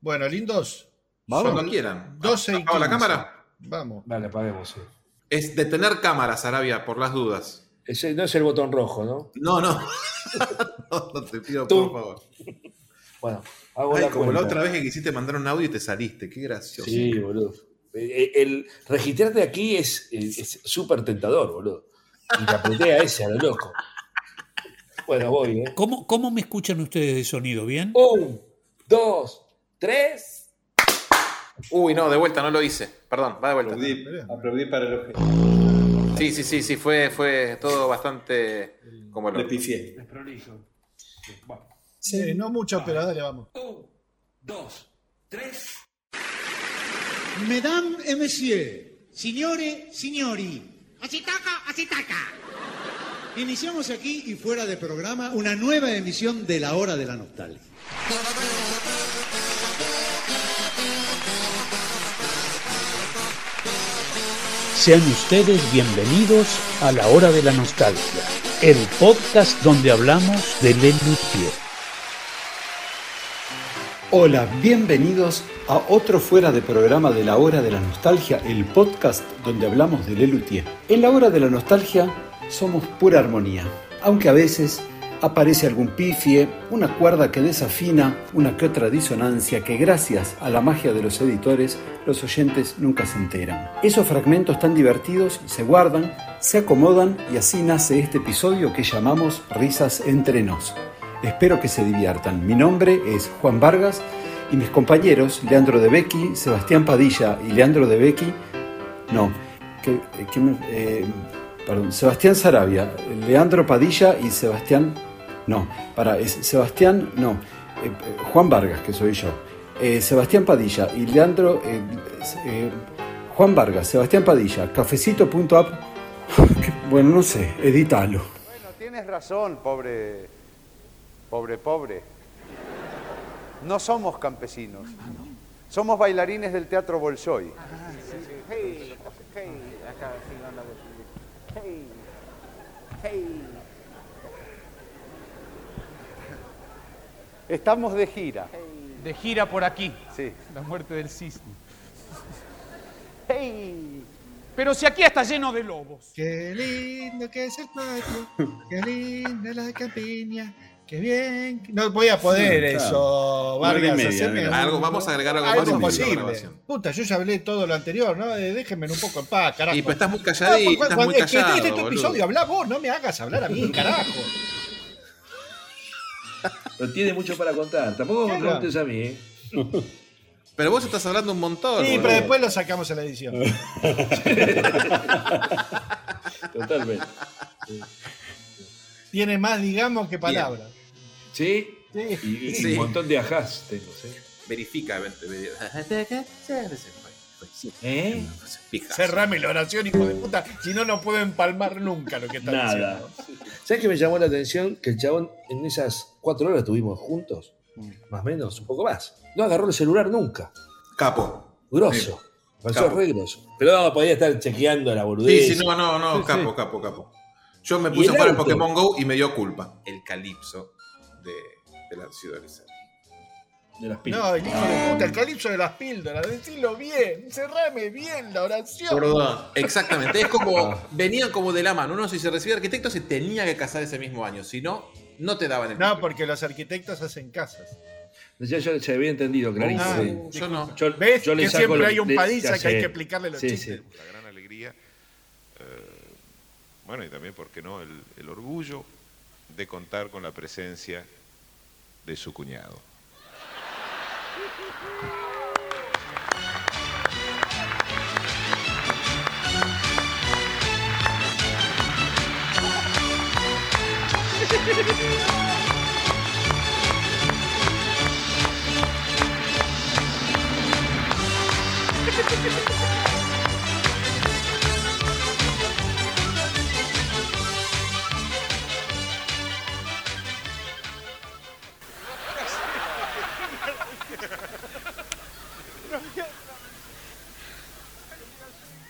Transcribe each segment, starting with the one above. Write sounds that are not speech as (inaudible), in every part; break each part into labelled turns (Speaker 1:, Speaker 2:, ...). Speaker 1: Bueno, lindos.
Speaker 2: Vamos.
Speaker 1: Son
Speaker 2: Cuando quieran.
Speaker 1: 12 y
Speaker 2: Apago la
Speaker 1: 15.
Speaker 2: cámara.
Speaker 1: Vamos.
Speaker 3: Dale, apaguemos. sí.
Speaker 2: Es detener cámaras, Arabia, por las dudas.
Speaker 3: Ese no es el botón rojo, ¿no?
Speaker 2: No, no. (laughs) no, no te pido,
Speaker 3: Tú.
Speaker 2: por favor.
Speaker 3: Bueno, hago
Speaker 2: Ay,
Speaker 3: la
Speaker 2: como la
Speaker 3: cuenta.
Speaker 2: otra vez que quisiste mandar un audio y te saliste. Qué gracioso.
Speaker 3: Sí, boludo. Eh, El, registrarte aquí es es- es súper tentador, boludo. Y la putea ese a lo loco. Bueno, voy, ¿eh?
Speaker 4: ¿Cómo, ¿Cómo me escuchan ustedes de sonido? ¿Bien?
Speaker 3: Un, dos, tres.
Speaker 2: Uy, no, de vuelta, no lo hice. Perdón, va de vuelta.
Speaker 5: Aplaudí, aplaudí para el objeto.
Speaker 2: Sí, sí, sí, sí, fue, fue todo bastante como
Speaker 5: Le
Speaker 2: lo.
Speaker 5: pifié.
Speaker 3: Desprolijo.
Speaker 1: Sí, Eh, no mucho, pero dale, vamos.
Speaker 4: Un, dos, tres.
Speaker 6: Mesdames et messieurs, signore, signori,
Speaker 7: Así toca, así taca.
Speaker 6: iniciamos aquí y fuera de programa una nueva emisión de La Hora de la Nostalgia.
Speaker 8: Sean ustedes bienvenidos a La Hora de la Nostalgia, el podcast donde hablamos de Le Luthier.
Speaker 9: Hola, bienvenidos a otro fuera de programa de la Hora de la Nostalgia, el podcast donde hablamos de Lelutier. En la Hora de la Nostalgia somos pura armonía, aunque a veces aparece algún pifie, una cuerda que desafina, una que otra disonancia que gracias a la magia de los editores los oyentes nunca se enteran. Esos fragmentos tan divertidos se guardan, se acomodan y así nace este episodio que llamamos Risas entre nos. Espero que se diviertan. Mi nombre es Juan Vargas y mis compañeros Leandro De Becchi, Sebastián Padilla y Leandro De Becchi. No, que- que me- eh, perdón, Sebastián Sarabia, Leandro Padilla y Sebastián. No, para, es Sebastián, no, eh, eh, Juan Vargas, que soy yo. Eh, Sebastián Padilla y Leandro. eh, eh, Juan Vargas, Sebastián Padilla, cafecito.app. (laughs) Bueno, no sé, edítalo.
Speaker 10: Bueno, tienes razón, pobre, pobre, pobre. No somos campesinos. Somos bailarines del Teatro Bolshoi. Estamos de gira.
Speaker 7: De gira por aquí,
Speaker 10: Sí.
Speaker 7: la muerte del cisne. Pero si aquí está lleno de lobos.
Speaker 1: Qué lindo que es el patio, qué linda la campiña, qué bien. que- No voy a poder
Speaker 5: Sí, claro.
Speaker 1: eso,
Speaker 5: Una hora y
Speaker 1: Vargas.
Speaker 5: media,
Speaker 1: hacerme
Speaker 5: mira.
Speaker 1: algún-
Speaker 2: Algo, vamos a agregar algo,
Speaker 1: Algo
Speaker 2: más. en la
Speaker 1: posible.
Speaker 2: grabación.
Speaker 1: Puta, yo ya hablé todo lo anterior, ¿no? Eh, déjenme un poco en paz, carajo.
Speaker 2: Y pues estás muy
Speaker 1: No,
Speaker 2: calladito,
Speaker 1: pues,
Speaker 2: estás
Speaker 1: cuando-
Speaker 2: muy
Speaker 1: es que
Speaker 2: callado.
Speaker 1: este es tu
Speaker 2: boludo.
Speaker 1: episodio, habla vos, no me hagas hablar a mí, carajo.
Speaker 3: No tiene mucho para contar. Tampoco me
Speaker 1: Claro.
Speaker 3: preguntes a mí, ¿eh?
Speaker 2: Pero vos estás hablando un montón.
Speaker 1: Sí,
Speaker 2: (laughs) boludo.
Speaker 1: pero después lo sacamos en la
Speaker 5: (laughs)
Speaker 1: edición.
Speaker 3: Totalmente.
Speaker 1: Tiene más digamos que palabras.
Speaker 3: ¿Sí?
Speaker 1: Sí.
Speaker 3: Y, y
Speaker 2: Sí.
Speaker 3: un montón de ajás tengo, ¿eh? ¿sí?
Speaker 2: Verifica. ver- ver- (laughs)
Speaker 3: ¿Eh?
Speaker 2: Fija.
Speaker 1: Cerrame la oración, hijo de puta. Si no, no puedo empalmar nunca lo que está
Speaker 3: Nada.
Speaker 1: diciendo.
Speaker 3: ¿Sabes qué me llamó la atención? Que el chabón en esas cuatro horas estuvimos juntos,
Speaker 1: Mm.
Speaker 3: más o menos, un poco más. No agarró el celular nunca.
Speaker 2: Capo.
Speaker 3: Grosso. Pasó
Speaker 2: Capo.
Speaker 3: re grosso. Pero no, podía estar chequeando la
Speaker 2: Sí,
Speaker 3: boludez.
Speaker 2: sí, no, no, no,
Speaker 1: Sí,
Speaker 2: capo, capo, capo. Yo me
Speaker 3: ¿Y
Speaker 2: puse
Speaker 3: el
Speaker 2: para el
Speaker 3: auto?
Speaker 2: Pokémon Go y me dio culpa. El calipso de, de la ciudad de Cerro.
Speaker 3: De las pilas.
Speaker 1: No, el hijo de puta, el calipso de las píldoras. Decilo bien, cerrame bien la oración.
Speaker 2: Exactamente, es como,
Speaker 1: Ah.
Speaker 2: venían como de la mano. Uno si se recibía arquitecto se tenía que casar ese mismo año, si no, no te daban el
Speaker 1: No,
Speaker 2: título.
Speaker 1: porque los arquitectos hacen casas.
Speaker 3: Ya yo se había entendido,
Speaker 2: Ah,
Speaker 3: clarísimo.
Speaker 2: yo no.
Speaker 3: Yo-
Speaker 1: ¿Ves
Speaker 3: yo le
Speaker 1: que
Speaker 3: saco
Speaker 1: siempre
Speaker 3: lo-
Speaker 1: hay un
Speaker 3: le-
Speaker 1: padilla
Speaker 3: ya
Speaker 1: que hay
Speaker 3: sé.
Speaker 1: que explicarle los
Speaker 3: Sí,
Speaker 1: chistes?
Speaker 3: sí.
Speaker 11: la gran alegría, eh, bueno, y también, ¿por qué no?, el, el orgullo de contar con la presencia de su cuñado.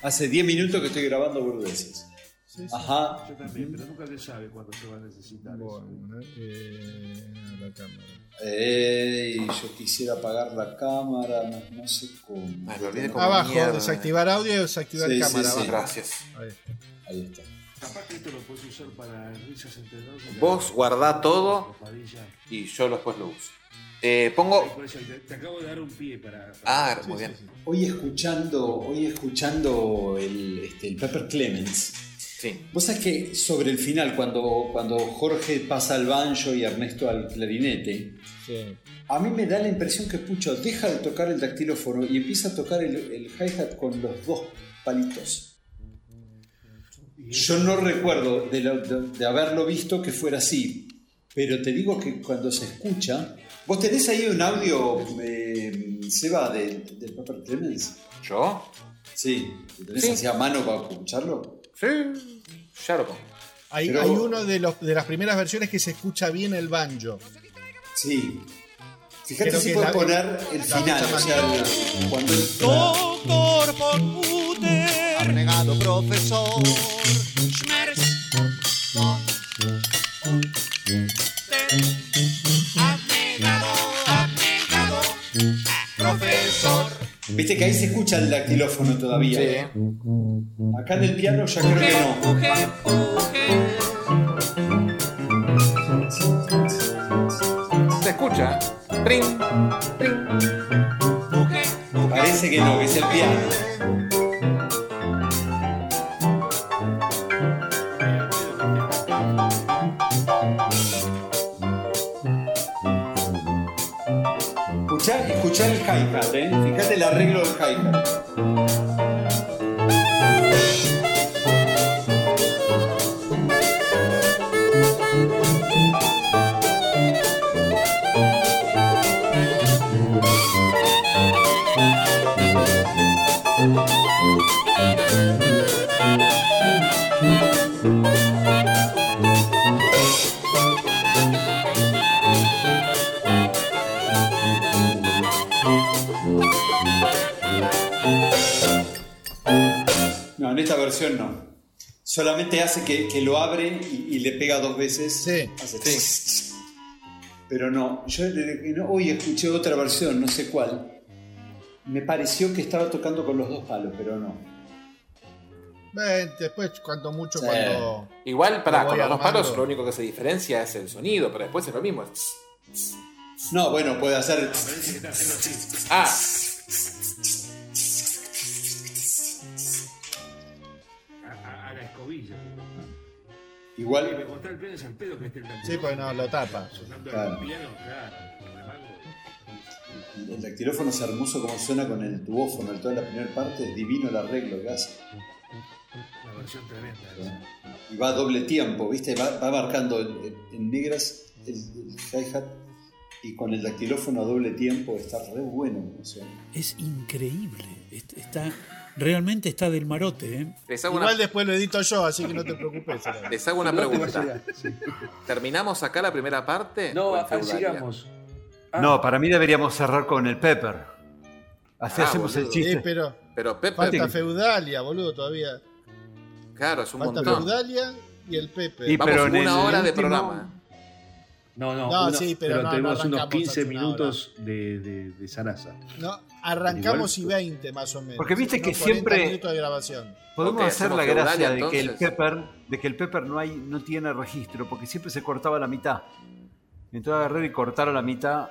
Speaker 5: Hace 10 minutos que estoy grabando burdeces.
Speaker 1: sí, sí.
Speaker 9: Ajá.
Speaker 3: Yo también, pero nunca se sabe cuándo se va a necesitar
Speaker 12: Bueno, eh, la cámara.
Speaker 9: Ey, yo quisiera apagar la cámara, no, no sé cómo.
Speaker 1: Abajo, desactivar audio y desactivar
Speaker 9: Sí, sí,
Speaker 1: cámara.
Speaker 9: sí.
Speaker 1: abajo.
Speaker 2: Gracias.
Speaker 1: Ahí está.
Speaker 9: Ahí está.
Speaker 3: eso. Aparte esto lo puedes usar para risas entre dos.
Speaker 2: Vos guardá todo y yo después lo uso. Eh, pongo.
Speaker 3: Por eso, Te, te acabo de dar un pie para...
Speaker 2: Ah, muy bien.
Speaker 9: Hoy escuchando, hoy escuchando el, este, el Pepper Clemens. Vos sabés que sobre el final, cuando, cuando Jorge pasa al banjo y Ernesto al clarinete,
Speaker 12: Sí.
Speaker 9: a mí me da la impresión que Pucho deja de tocar el dactilófono y empieza a tocar el, el hi-hat con los dos palitos. Yo no recuerdo de, lo- de- de haberlo visto que fuera así, pero te digo que cuando se escucha. ¿Vos tenés ahí un audio, eh, Seba, del de Pepper Clemens?
Speaker 2: ¿Yo?
Speaker 9: Sí. ¿Lo tenés
Speaker 2: Sí.
Speaker 9: así a mano para escucharlo?
Speaker 2: Sí, ya lo pongo.
Speaker 1: Hay,
Speaker 9: Pero-
Speaker 1: hay uno de, los, de las primeras versiones que se escucha bien el banjo.
Speaker 9: Sí. Fíjate
Speaker 1: Creo
Speaker 9: si
Speaker 1: que
Speaker 9: puedes
Speaker 1: la-
Speaker 9: poner el
Speaker 1: la
Speaker 9: final,
Speaker 1: fecha
Speaker 9: o sea, el- cuando el-
Speaker 6: Doctor Potter, abnegado profesor, Schmerz, abnegado, abnegado, profesor.
Speaker 9: Viste que ahí se escucha el dactilófono todavía. Acá en el piano ya creo que no.
Speaker 2: Se escucha. Pring.
Speaker 9: Parece que no, que es el piano. Escuchá, escuchá el hi-hat, ¿eh? Fíjate el arreglo del hi-hat. No, en esta versión no. Solamente hace que, que lo abre y, y le pega dos veces. Sí. Pero no, yo desde que no- hoy escuché otra versión, no sé cuál. Me pareció que estaba tocando con los dos palos, pero no.
Speaker 1: Ven, después, cuanto mucho,
Speaker 9: Sí.
Speaker 1: cuando.
Speaker 2: Igual, pará,
Speaker 1: Lo voy
Speaker 2: con los dos
Speaker 1: armando.
Speaker 2: palos lo único que se diferencia es el sonido, pero después es lo mismo. es-
Speaker 9: No, bueno, puede hacer.
Speaker 2: Ah,
Speaker 3: A, a- a la escobilla.
Speaker 9: Igual.
Speaker 3: Me contar el plan es al pedo que esté el
Speaker 1: Sí, pues no, lo tapa.
Speaker 3: Sonando
Speaker 9: Claro.
Speaker 3: el piano, claro. con la mano.
Speaker 9: El dactilófono es hermoso como suena con el tubófono, el- toda la primera parte, es divino el arreglo que hace.
Speaker 3: La versión tremenda. esa.
Speaker 9: Y va a doble tiempo, ¿viste? Va, va marcando en, en- en negras el, el hi-hat y con el dactilófono a doble tiempo está re bueno. como suena.
Speaker 13: Es increíble. Está.
Speaker 8: Realmente está del marote, ¿eh?
Speaker 2: les hago,
Speaker 1: Igual
Speaker 2: una,
Speaker 1: después lo edito yo, así que no te preocupes.
Speaker 2: (laughs)
Speaker 1: Seba.
Speaker 2: les hago una
Speaker 1: No te
Speaker 2: pregunta. ¿Terminamos acá la primera parte?
Speaker 3: No,
Speaker 2: ¿O
Speaker 3: acá
Speaker 2: enfeudaría?
Speaker 3: sigamos.
Speaker 2: Ah.
Speaker 10: No, para mí deberíamos cerrar con el Pepper. Así
Speaker 2: Ah,
Speaker 10: hacemos el
Speaker 2: boludo.
Speaker 10: chiste.
Speaker 1: Sí, Eh, pero
Speaker 2: Pero Pepe,
Speaker 1: falta Feudalia, boludo, todavía.
Speaker 2: claro, es un
Speaker 1: Falta
Speaker 2: montón.
Speaker 1: Feudalia y el Pepe.
Speaker 10: Y
Speaker 2: Vamos
Speaker 10: pero en
Speaker 2: una
Speaker 10: el
Speaker 2: hora de
Speaker 10: último-
Speaker 2: programa.
Speaker 3: No, no,
Speaker 1: No,
Speaker 3: una-
Speaker 1: sí, pero no,
Speaker 3: tenemos
Speaker 1: no
Speaker 3: unos
Speaker 1: arrancamos
Speaker 3: 15
Speaker 1: hace una
Speaker 3: minutos de, de, de zaraza.
Speaker 1: No, arrancamos y 20 más o menos.
Speaker 10: Porque viste que
Speaker 1: Unos 40
Speaker 10: siempre-
Speaker 1: minutos de grabación.
Speaker 10: Podemos
Speaker 2: Ok,
Speaker 10: hacer la
Speaker 2: hacemos Feudalia,
Speaker 10: gracia de que el
Speaker 2: entonces.
Speaker 10: Pepper, de que el Pepper no hay, no tiene registro, porque siempre se cortaba la mitad. Entonces agarrar y cortar a la mitad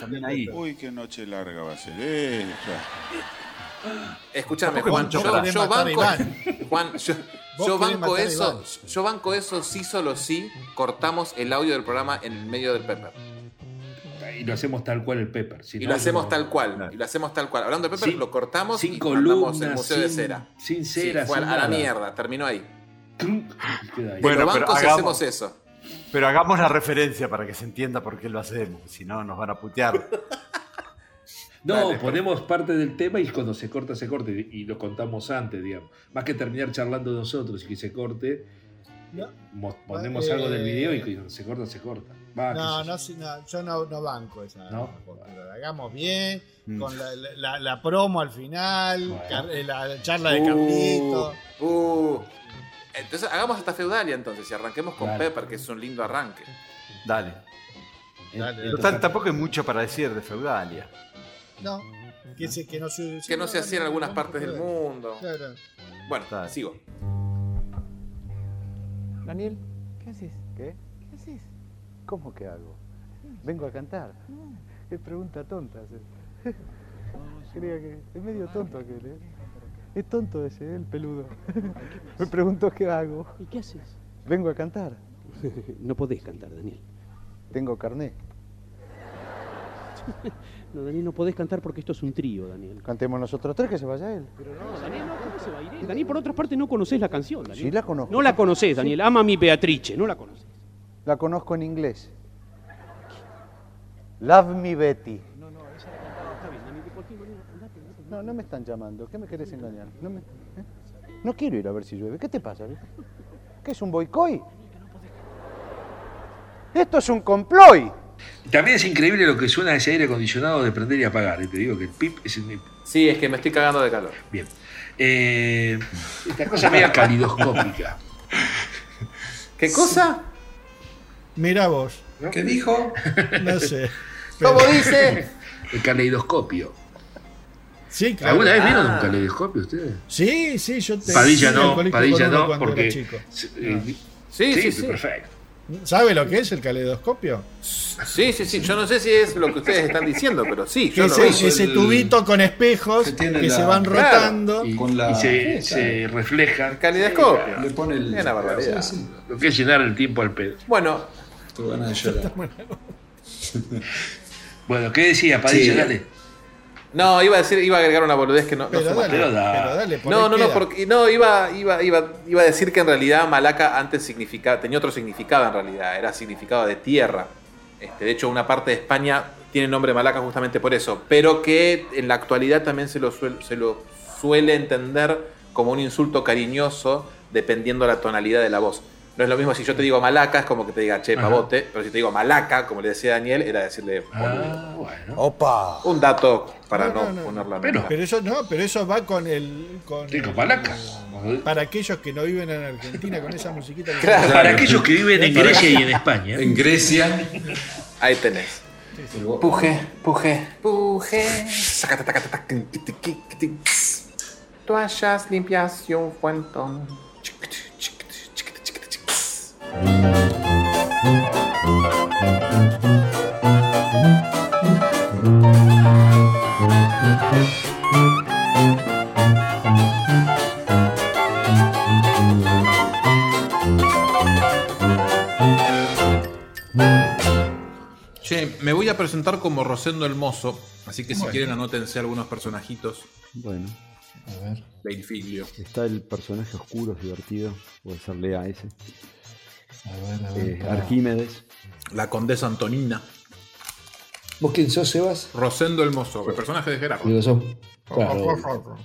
Speaker 10: también ahí.
Speaker 11: Uy, qué noche larga va a ser esta.
Speaker 2: Escuchame,
Speaker 10: Tampoco
Speaker 2: Juan,
Speaker 10: es mucho
Speaker 2: yo,
Speaker 10: para-
Speaker 2: yo
Speaker 10: matar a
Speaker 2: banco. Juan, yo,
Speaker 1: Vos
Speaker 2: yo
Speaker 1: querés
Speaker 2: banco
Speaker 1: matar a
Speaker 2: eso. Yo banco eso sí, solo sí. Cortamos el audio del programa en el medio del Pepper.
Speaker 3: Y lo hacemos tal cual el Pepper. si
Speaker 2: Y
Speaker 3: no,
Speaker 2: lo
Speaker 3: yo
Speaker 2: hacemos
Speaker 3: no-
Speaker 2: tal cual. Y lo hacemos tal cual. Hablando de Pepper,
Speaker 3: Sin-
Speaker 2: lo cortamos y
Speaker 3: Sin
Speaker 2: mandamos el
Speaker 3: columnas,
Speaker 2: Museo
Speaker 3: sin,
Speaker 2: de Cera.
Speaker 3: sin
Speaker 2: Sí,
Speaker 3: cera,
Speaker 2: fue a
Speaker 3: sin
Speaker 2: la- a la
Speaker 3: nada.
Speaker 2: mierda, terminó ahí.
Speaker 3: Y queda
Speaker 2: pero
Speaker 3: ahí.
Speaker 10: Bueno, pero
Speaker 2: banco si
Speaker 10: hagamos-
Speaker 2: hacemos eso.
Speaker 10: Pero hagamos la referencia para que se entienda por qué lo hacemos, si no nos van a putear.
Speaker 3: No, ponemos parte del tema y cuando se corta, se corta. Y, y lo contamos antes, digamos. Más que terminar charlando nosotros y que se corte,
Speaker 1: No.
Speaker 3: mo- ponemos
Speaker 1: Eh,
Speaker 3: algo del video y cuando se corta, se corta.
Speaker 10: Ah,
Speaker 3: Va,
Speaker 1: No,
Speaker 3: qué sé
Speaker 1: no, sí, no, yo no, no banco esa.
Speaker 3: No.
Speaker 1: postura. Hagamos bien,
Speaker 3: Mm.
Speaker 1: con la, la- la promo al final,
Speaker 3: Bueno.
Speaker 1: car- eh, la charla de
Speaker 3: Uh.
Speaker 1: Carlito.
Speaker 2: Uh, Entonces hagamos hasta Feudalia entonces y arranquemos con
Speaker 14: Dale.
Speaker 2: Pepper, que es un lindo arranque.
Speaker 14: Dale.
Speaker 15: dale.
Speaker 14: Total, tampoco hay mucho para decir de Feudalia.
Speaker 15: No. Que, se- que no se,
Speaker 2: Que no se hacía en algunas partes del mundo.
Speaker 15: Claro.
Speaker 2: Bueno, sigo.
Speaker 10: Daniel, ¿qué haces? ¿Qué? ¿Qué haces? ¿Cómo que hago? Vengo a cantar.
Speaker 16: Ah.
Speaker 10: Es pregunta tonta.
Speaker 16: (laughs)
Speaker 10: hacer. Creía que es medio tonto aquel, ¿eh? Es tonto ese, ¿eh? el peludo. (laughs) Me preguntó qué hago.
Speaker 16: ¿Y qué haces?
Speaker 10: Vengo a cantar.
Speaker 16: (laughs) No podés cantar, Daniel.
Speaker 10: Tengo carné.
Speaker 16: (laughs) No, Daniel, no podés cantar porque esto es un trío, Daniel.
Speaker 10: Cantemos nosotros tres que se vaya él.
Speaker 16: Daniel, no, ¿cómo se va a ir él? Daniel, por otra parte, no conocés la canción, Daniel.
Speaker 10: Sí, la conozco.
Speaker 16: No la conocés, Daniel. Ama a mi Beatrice, no la conocés.
Speaker 10: La conozco en inglés. Love me Betty.
Speaker 16: No, no, esa la cantaba. Está bien, Daniel, de cualquier manera, andate, andate.
Speaker 10: No, no me están llamando. ¿Qué me querés engañar? No, me- ¿eh? No quiero ir a ver si llueve. ¿Qué te pasa? viejo? ¿Qué es un boicoy? Esto es un comploy.
Speaker 3: También es increíble lo que suena ese aire acondicionado de prender y apagar. Y te digo que el pip es el
Speaker 2: Sí, es que me estoy cagando de calor.
Speaker 3: Bien. Eh, esta cosa media calidoscópica.
Speaker 2: ¿Qué cosa?
Speaker 1: Mirá vos.
Speaker 3: ¿Qué dijo?
Speaker 1: (laughs) No sé.
Speaker 2: ¿Cómo dice?
Speaker 3: El caleidoscopio.
Speaker 1: Sí, claro.
Speaker 3: ¿Alguna vez vieron un
Speaker 1: Ah.
Speaker 3: caleidoscopio ustedes?
Speaker 1: Sí, sí, yo te.
Speaker 3: Padilla
Speaker 1: sí,
Speaker 3: no,
Speaker 1: alcohólico
Speaker 3: Padilla
Speaker 1: con uno
Speaker 3: no,
Speaker 1: cuando
Speaker 3: porque.
Speaker 1: era chico. Ah.
Speaker 3: Sí, eh,
Speaker 2: Sí, sí, sí.
Speaker 3: perfecto.
Speaker 1: ¿Sabe lo que es el caleidoscopio?
Speaker 2: Sí, sí, sí. Yo no sé si es lo que ustedes están diciendo, pero sí, yo lo
Speaker 1: Ese,
Speaker 2: vi.
Speaker 1: ese tubito con espejos que,
Speaker 2: tiene
Speaker 1: se
Speaker 2: la-
Speaker 1: van
Speaker 2: Claro.
Speaker 1: rotando.
Speaker 3: Y,
Speaker 1: Con la-
Speaker 3: y se,
Speaker 1: Sí,
Speaker 3: se refleja. El
Speaker 2: calidoscopio.
Speaker 3: Le pone
Speaker 2: el- Es una barbaridad.
Speaker 3: Lo que es llenar el tiempo al pedo.
Speaker 2: Bueno.
Speaker 3: Bueno, ¿qué decía Padilla?
Speaker 2: Sí.
Speaker 3: Dale.
Speaker 2: No, iba a decir, iba a agregar una boludez que no. no
Speaker 3: Pero
Speaker 2: suma.
Speaker 3: dale, Pero dale. pero dale, por
Speaker 2: no,
Speaker 3: ahí
Speaker 2: no, no,
Speaker 3: queda.
Speaker 2: porque no iba, iba, iba, iba a decir que en realidad Malaca antes significaba, tenía otro significado en realidad, era significado de tierra. Este, de hecho, una parte de España tiene nombre Malaca justamente por eso, pero que en la actualidad también se lo, suel- se lo suele entender como un insulto cariñoso dependiendo la tonalidad de la voz. No es lo mismo si yo te digo Malaca, es como que te diga che,
Speaker 3: Ajá.
Speaker 2: pavote, pero si te digo Malaca, como le decía Daniel, era decirle
Speaker 3: Ah,
Speaker 2: Opa. Un dato para no,
Speaker 1: No, no,
Speaker 2: ponerla
Speaker 1: no.
Speaker 2: ponerla
Speaker 1: Pero, eso no, pero eso va con el. Con,
Speaker 3: Sí, con Malaca.
Speaker 1: Para aquellos que no viven en Argentina, con esa musiquita. que-
Speaker 3: Para aquellos que viven en Grecia y en España. En Grecia.
Speaker 2: Ahí tenés. Puje, puje, puje. Sacata, tacata, tac, tin, tin, tin, tin, tin. Toallas limpias y un fuentón. Che, me voy a presentar como Rosendo el Mozo, así que si
Speaker 9: Bueno.
Speaker 2: quieren anótense algunos personajitos
Speaker 9: Bueno, a ver.
Speaker 2: de Infilio.
Speaker 9: Está el personaje oscuro, es divertido. Puede ser Lea ese.
Speaker 1: A
Speaker 9: Eh, Arquímedes.
Speaker 2: La condesa Antonina.
Speaker 3: ¿Vos quién sos, Sebas?
Speaker 2: Rosendo el Mozo, el personaje de Gerardo.
Speaker 3: Digo, sos-
Speaker 1: Por
Speaker 3: claro.
Speaker 1: favor.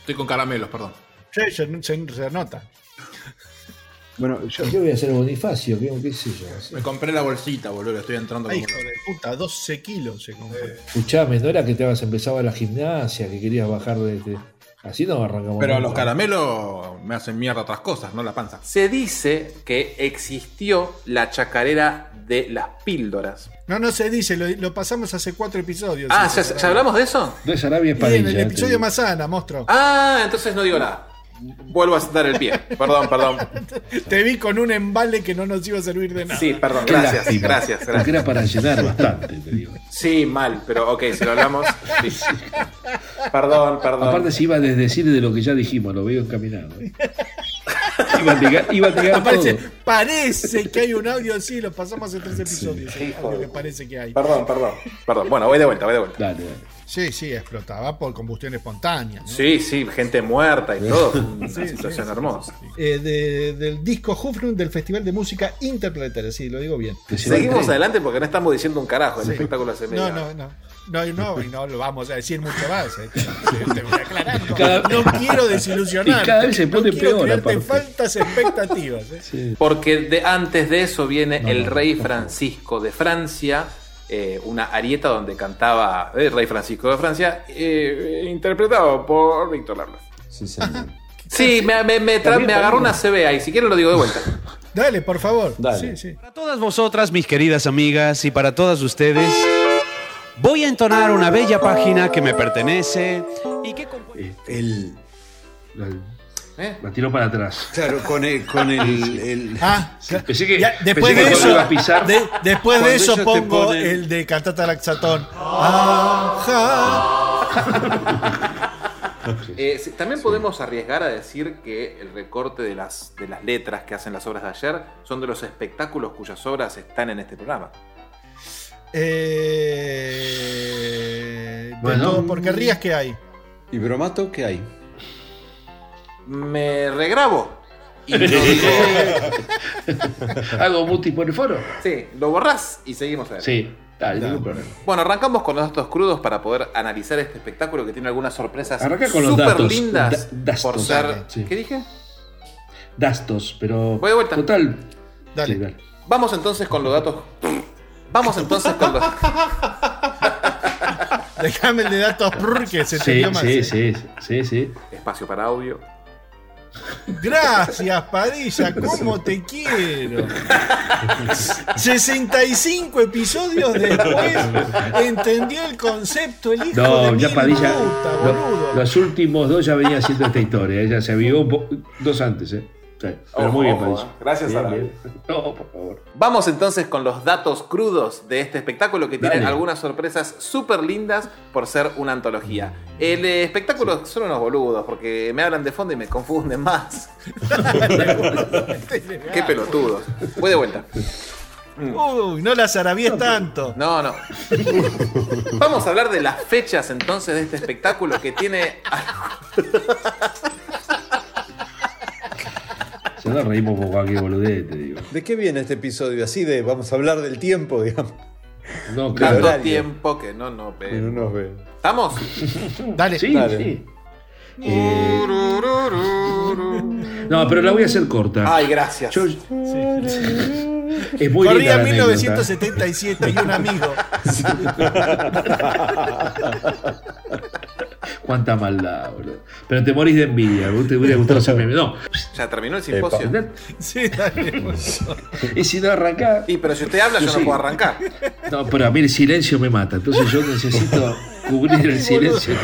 Speaker 2: Estoy con caramelos, perdón.
Speaker 1: Sí, se, se- se nota.
Speaker 9: Bueno, yo
Speaker 3: ¿Qué voy a hacer Bonifacio? ¿Qué, qué sé yo?
Speaker 2: Me compré la bolsita, boludo, estoy entrando
Speaker 1: Ay, hijo
Speaker 2: como...
Speaker 1: de puta, 12 kilos se compró.
Speaker 3: Escuchame, no era que te habías empezado la gimnasia, que querías bajar de. de- Así no arrancamos.
Speaker 2: Pero
Speaker 3: nunca.
Speaker 2: los caramelos me hacen mierda otras cosas, no la panza. Se dice que existió la chacarera de las píldoras.
Speaker 1: No, no se dice, lo, lo pasamos hace cuatro episodios.
Speaker 2: Ah,
Speaker 1: Sí,
Speaker 2: ¿ya,
Speaker 1: sí,
Speaker 2: ya hablamos de eso?
Speaker 3: No es Arabia es
Speaker 1: Y en
Speaker 3: Padilla.
Speaker 1: el
Speaker 3: eh, te
Speaker 1: episodio
Speaker 3: digo.
Speaker 1: más sana, monstruo.
Speaker 2: Ah, entonces no digo nada. Vuelvo a sentar el pie. Perdón, (laughs) perdón.
Speaker 1: (laughs) Te vi con un embale que no nos iba a servir de nada. (laughs)
Speaker 2: Sí, perdón.
Speaker 3: Qué
Speaker 2: Gracias,
Speaker 3: lástima,
Speaker 2: gracias,
Speaker 3: Porque
Speaker 2: gracias.
Speaker 3: era para llenar bastante,
Speaker 1: (laughs)
Speaker 3: te digo.
Speaker 2: Sí, mal, pero ok, si lo hablamos. sí. (laughs) Perdón, perdón.
Speaker 3: Aparte se iba a desdecir de lo que ya dijimos, lo veo encaminado. ¿eh? Iba a negar, iba a negar
Speaker 1: Parece,
Speaker 3: todo.
Speaker 1: parece que hay un audio así, lo pasamos hace tres episodios. el
Speaker 2: Hijo
Speaker 1: audio
Speaker 2: de-
Speaker 1: que parece que hay.
Speaker 2: Perdón, perdón. Perdón. Bueno, voy de vuelta, voy de vuelta.
Speaker 3: Dale,
Speaker 1: Sí, sí, explotaba por combustión espontánea. ¿no?
Speaker 2: Sí, sí, gente muerta y todo. Una situación hermosa.
Speaker 1: Eh, de- del disco Hufnum del Festival de Música Interplanetaria, sí, lo digo bien.
Speaker 2: Seguimos adelante porque no estamos diciendo un carajo. El espectáculo se me
Speaker 1: No, no, no. No, no, y no lo vamos a decir mucho más.
Speaker 2: (laughs)
Speaker 1: eh. Te voy aclarando.
Speaker 2: Cada-
Speaker 1: No quiero desilusionar.
Speaker 2: (laughs) Y cada vez se pone
Speaker 1: no quiero
Speaker 2: peor,
Speaker 1: crearte
Speaker 2: aparte.
Speaker 1: faltas expectativas. eh.
Speaker 2: Porque de, antes de eso viene
Speaker 1: No,
Speaker 2: el
Speaker 1: no,
Speaker 2: rey Francisco de Francia, eh, una arieta donde cantaba el rey Francisco de Francia, eh, interpretado por eh, Víctor Lerner.
Speaker 9: Sí, señor.
Speaker 2: Sí, me, me- me tra-
Speaker 15: También,
Speaker 2: me agarró
Speaker 15: también.
Speaker 2: una CB ahí. Si quieren lo digo de vuelta.
Speaker 15: Dale, por favor.
Speaker 17: Dale.
Speaker 15: Sí, sí.
Speaker 17: Para todas vosotras, mis queridas amigas, y para todas ustedes, voy a entonar una bella página que me pertenece.
Speaker 3: El. Este, La,
Speaker 2: Eh,
Speaker 3: la tiró para atrás.
Speaker 17: Claro, con el. Con el,
Speaker 1: Ah,
Speaker 3: pensé que,
Speaker 1: Ya, después de
Speaker 3: pensé que cuando
Speaker 1: eso,
Speaker 3: iba a pisar.
Speaker 1: de- después
Speaker 3: Cuando
Speaker 1: de eso
Speaker 3: ellos te
Speaker 1: pongo
Speaker 3: ponen-
Speaker 1: el de Cantata Laxatón. Ajá.
Speaker 2: Eh, sí, También podemos arriesgar a decir que el recorte de las, de las letras que hacen las obras de ayer son de los espectáculos cuyas obras están en este programa.
Speaker 1: Eh, de
Speaker 2: Bueno.
Speaker 1: todo, porque rías que hay.
Speaker 9: ¿Y bromato qué hay?
Speaker 2: Me regrabo. Y
Speaker 3: (laughs)
Speaker 2: lo diré-
Speaker 3: Hago mutis por el foro.
Speaker 2: Sí, lo borrás y seguimos a
Speaker 3: Sí, dale, ningún problema.
Speaker 2: Bueno, arrancamos con los datos crudos para poder analizar este espectáculo que tiene algunas sorpresas
Speaker 3: Arranca con los
Speaker 2: súper
Speaker 3: datos.
Speaker 2: lindas
Speaker 3: Da- dastos.
Speaker 2: por ser.
Speaker 3: Sí.
Speaker 2: ¿Qué dije?
Speaker 3: Dastos, pero.
Speaker 2: Voy de vuelta.
Speaker 3: Total.
Speaker 1: Dale.
Speaker 2: Vamos entonces con los datos. Vamos entonces con
Speaker 3: (laughs)
Speaker 2: los.
Speaker 1: Déjame el de datos prr, que se te
Speaker 3: Sí,
Speaker 1: dio más.
Speaker 3: sí, sí, sí, sí.
Speaker 2: Espacio para audio.
Speaker 1: Gracias, Padilla, cómo te quiero. 65 episodios después entendió el concepto el hijo de
Speaker 3: No,
Speaker 1: mil
Speaker 3: ya Padilla.
Speaker 1: puta,
Speaker 3: lo-
Speaker 1: boludo.
Speaker 3: los últimos dos ya venían haciendo esta historia. Ella se avivó un po- dos antes, ¿eh? Sí, pero
Speaker 2: Ojo,
Speaker 3: muy bien,
Speaker 2: ojo,
Speaker 3: Padilla.
Speaker 2: eh. Gracias
Speaker 3: Bien,
Speaker 2: a la-
Speaker 3: bien. No, por favor.
Speaker 2: Vamos entonces con los datos crudos de este espectáculo que tiene
Speaker 3: Dale.
Speaker 2: algunas sorpresas súper lindas por ser una antología. El eh, espectáculo son unos boludos porque me hablan de fondo y me confunden más. Qué pelotudos. Voy de vuelta.
Speaker 1: Uy, no las arabies tanto.
Speaker 2: No, no. Vamos a hablar de las fechas entonces de este espectáculo que tiene.
Speaker 3: Ya nos reímos por cualquier boludez, te digo.
Speaker 17: ¿De qué viene este episodio? Así de vamos a hablar del tiempo, (laughs) digamos.
Speaker 3: No,
Speaker 17: claro.
Speaker 2: Tanto
Speaker 17: Horario.
Speaker 2: tiempo que no nos
Speaker 17: Que no nos
Speaker 2: vemos.
Speaker 17: ve.
Speaker 2: ¿Estamos?
Speaker 1: Dale.
Speaker 3: Sí,
Speaker 17: Dale.
Speaker 3: sí. Eh, no, pero la voy a hacer corta.
Speaker 2: Ay, gracias.
Speaker 3: Yo- es muy
Speaker 1: Corría
Speaker 3: linda la anécdota.
Speaker 1: 1977 y un amigo. (laughs)
Speaker 3: Cuánta maldad, boludo. Pero te morís de envidia. ¿Vos te hubiera gustado ser mi amigo? No.
Speaker 2: Ya terminó el simposio.
Speaker 3: Epa.
Speaker 1: Sí, dale.
Speaker 3: Y si no arrancás.
Speaker 2: Y pero si usted habla, yo no
Speaker 3: Sí.
Speaker 2: puedo arrancar.
Speaker 3: No, pero a mí el silencio me mata. Entonces yo necesito cubrir el silencio.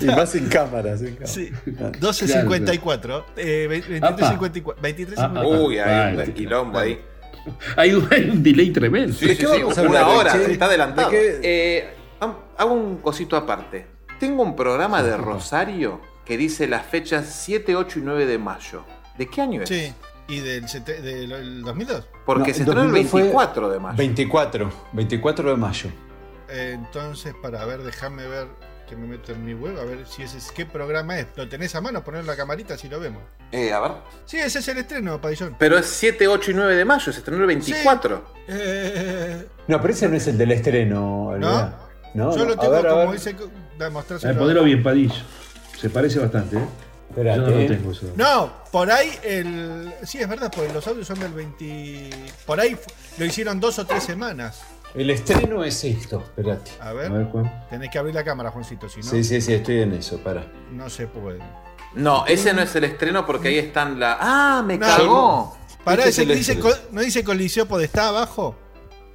Speaker 17: Y más sin cámaras. Sin cámaras.
Speaker 1: Sí.
Speaker 3: Claro,
Speaker 1: 12.54. eh, ve- 23.54. 23.54.
Speaker 3: Ah, ah.
Speaker 2: Uy, hay
Speaker 3: Vale.
Speaker 2: un quilombo ahí.
Speaker 3: Hay un, hay un delay tremendo.
Speaker 2: Sí, sí, sí,
Speaker 17: vamos a
Speaker 2: una
Speaker 17: hablar,
Speaker 2: hora,
Speaker 17: che?
Speaker 2: está adelantado.
Speaker 17: ¿De
Speaker 2: Eh, am- hago un cosito aparte. Tengo un programa de Rosario que dice las fechas 7, 8 y 9 de mayo. ¿De qué año es?
Speaker 1: Sí. ¿Y del, sete- del- del 2002?
Speaker 2: Porque
Speaker 17: No,
Speaker 2: se estrenó el
Speaker 17: 2002 fue
Speaker 2: 24 de mayo.
Speaker 17: 24, 24 de mayo.
Speaker 1: Eh, entonces, para ver, déjame ver que me meto en mi web, a ver si ese es qué programa es. ¿Lo tenés a mano? Poner la camarita si lo vemos.
Speaker 2: Eh, a ver.
Speaker 1: Sí, ese es el estreno, Pabellón.
Speaker 2: Pero es 7, 8 y 9 de mayo, se estrenó el 24.
Speaker 1: Eh,
Speaker 17: No, pero ese no es el del estreno, Olvidá. No,
Speaker 1: yo lo
Speaker 17: no.
Speaker 1: tengo
Speaker 17: a ver, a
Speaker 1: como
Speaker 17: ver.
Speaker 1: dice. que- da, mostráselo.
Speaker 3: A ver, ponelo bien, Padilla. Se parece bastante, ¿eh?
Speaker 17: Espérate,
Speaker 3: yo no
Speaker 17: eh.
Speaker 3: lo tengo eso.
Speaker 1: No, por ahí el. Sí, es verdad, porque los audios son del 20. Por ahí fu- lo hicieron dos o tres semanas.
Speaker 17: El estreno es esto, espérate.
Speaker 1: A ver,
Speaker 3: A ver, Juan.
Speaker 1: tenés que abrir la cámara, Juancito, si no,
Speaker 17: Sí, sí, sí, estoy en eso, para.
Speaker 1: no se puede.
Speaker 2: No, ese no es el estreno porque ahí están la. ¡Ah, me
Speaker 1: No.
Speaker 2: cagó!
Speaker 1: Pará,
Speaker 17: Este
Speaker 1: ese
Speaker 17: es
Speaker 1: que
Speaker 17: el
Speaker 1: dice,
Speaker 17: estreno.
Speaker 1: co- ¿no dice Coliseo Podestá abajo?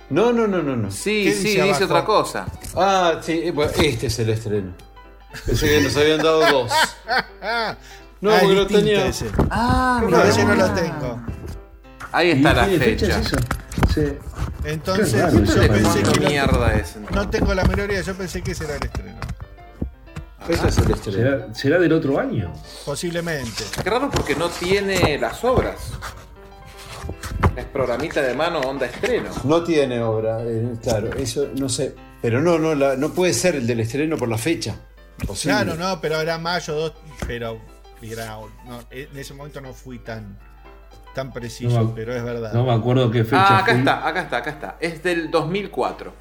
Speaker 17: No, no, no, no, no.
Speaker 2: Sí,
Speaker 1: ¿Qué
Speaker 2: sí,
Speaker 1: dice
Speaker 2: dice,
Speaker 1: abajo?
Speaker 2: otra cosa.
Speaker 17: Ah, sí, eh, bueno, este es el estreno. Pensé que nos habían dado dos.
Speaker 1: Ah,
Speaker 17: No,
Speaker 1: ah,
Speaker 17: porque lo
Speaker 1: distinto
Speaker 17: tenía.
Speaker 1: ese.
Speaker 2: Ah,
Speaker 1: No, ese no lo tengo.
Speaker 2: Ahí está la fecha.
Speaker 3: eso? Sí. Qué
Speaker 1: Entonces,
Speaker 3: raro, eso
Speaker 1: yo
Speaker 3: parece
Speaker 1: pensé
Speaker 2: ¿Cuándo
Speaker 1: que lo-
Speaker 2: mierda es?
Speaker 1: no tengo la menor idea, yo pensé que ese era el estreno.
Speaker 17: Ese Este es el estreno.
Speaker 3: ¿Será, será del otro año?
Speaker 1: Posiblemente.
Speaker 2: Qué raro porque no tiene las obras. Es programita de mano, onda estreno.
Speaker 17: No tiene obra, eh, claro, eso no sé. Pero no, no, la- no puede ser el del estreno por la fecha. Posible.
Speaker 1: Claro, no, pero era mayo 2, pero era- no, en ese momento no fui tan, tan preciso,
Speaker 3: No,
Speaker 1: pero es verdad.
Speaker 3: No me acuerdo qué fecha.
Speaker 2: Ah, acá
Speaker 3: fue.
Speaker 2: está, acá está, acá está. Es del 2004.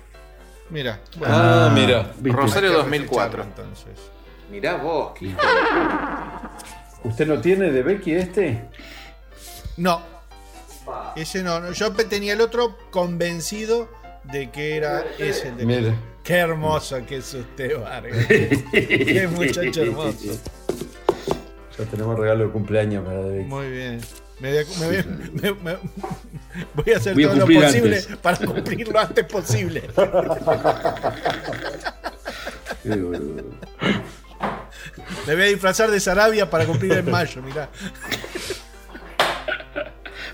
Speaker 1: Mira,
Speaker 17: Ah, mira.
Speaker 3: ¿viste?
Speaker 2: Rosario.
Speaker 1: hay que
Speaker 2: 2004.
Speaker 1: reflecharlo, Entonces.
Speaker 2: Mirá vos. qué-
Speaker 17: ¿Usted no tiene de Becky este?
Speaker 1: No, ese no, no, yo pe- tenía el otro convencido de que era ese el de
Speaker 17: Mira.
Speaker 1: Qué hermoso que es usted, Vargas. Qué muchacho hermoso.
Speaker 18: Ya tenemos regalo de cumpleaños para David.
Speaker 1: Muy bien. Me voy, a, me voy a- me- me- voy a hacer
Speaker 18: Voy a
Speaker 1: todo lo
Speaker 18: cumplir
Speaker 1: posible
Speaker 18: antes.
Speaker 1: para cumplir lo antes posible. Me voy a disfrazar de Sarabia para cumplir en mayo, mirá.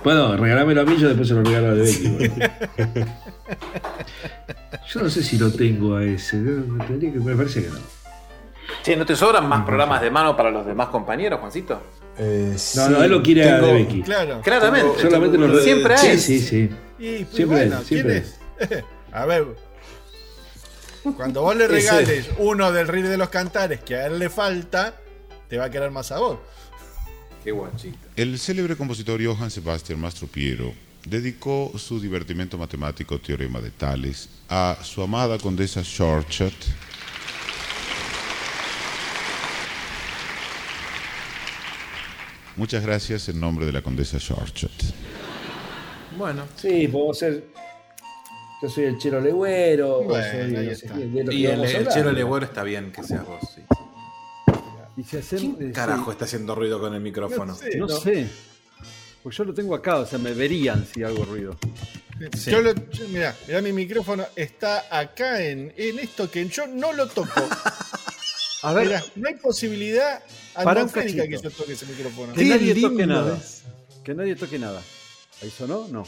Speaker 3: Bueno, regalámelo a mí, yo después se lo regalo a Becky. boludo. Yo no sé si lo tengo a ese. ¿no? Tendría que- Me parece que no.
Speaker 2: Che, ¿no te sobran más programas de mano para los demás compañeros, Juancito?
Speaker 3: No, no, él lo quiere a
Speaker 2: Tengo-
Speaker 3: Becky.
Speaker 1: Claro.
Speaker 2: Claramente.
Speaker 3: Solamente lo
Speaker 2: Siempre
Speaker 3: Sí,
Speaker 2: hay.
Speaker 3: sí, sí.
Speaker 1: Y, pues,
Speaker 3: Siempre
Speaker 1: bueno,
Speaker 3: hay, siempre
Speaker 1: ¿quién es? (laughs) A ver. Cuando vos le regales uno del Rey de los Cantares que a él le falta, te va a querer más a vos.
Speaker 2: Qué guachito.
Speaker 11: El célebre compositor Johann Sebastian Mastropiero dedicó su divertimento matemático Teorema de Tales a su amada condesa Shortshot. Muchas gracias en nombre de la condesa Shortshot.
Speaker 2: Bueno.
Speaker 3: Sí, puedo ser. Yo soy el chelo legüero. o
Speaker 2: Bueno,
Speaker 3: soy,
Speaker 2: ahí
Speaker 3: no sé
Speaker 2: está.
Speaker 3: quién, de lo que
Speaker 2: Y el,
Speaker 3: vamos a
Speaker 2: el
Speaker 3: hablar.
Speaker 2: chero legüero está bien que seas vos. sí.
Speaker 9: Y si hacemos. eh,
Speaker 2: Carajo, está haciendo ruido con el micrófono.
Speaker 9: sí, no sé. Pues yo lo tengo acá, o sea, me verían si hago ruido. Sí.
Speaker 1: Yo lo, yo- mirá, mirá, mi micrófono está acá en, en esto que yo no lo toco.
Speaker 9: A ver.
Speaker 1: Mirá, no hay posibilidad
Speaker 9: Pará un
Speaker 1: atmosférica que
Speaker 9: cachito.
Speaker 1: yo toque ese micrófono.
Speaker 9: Que nadie toque nada. Que nadie toque nada. ¿Ahí sonó? No.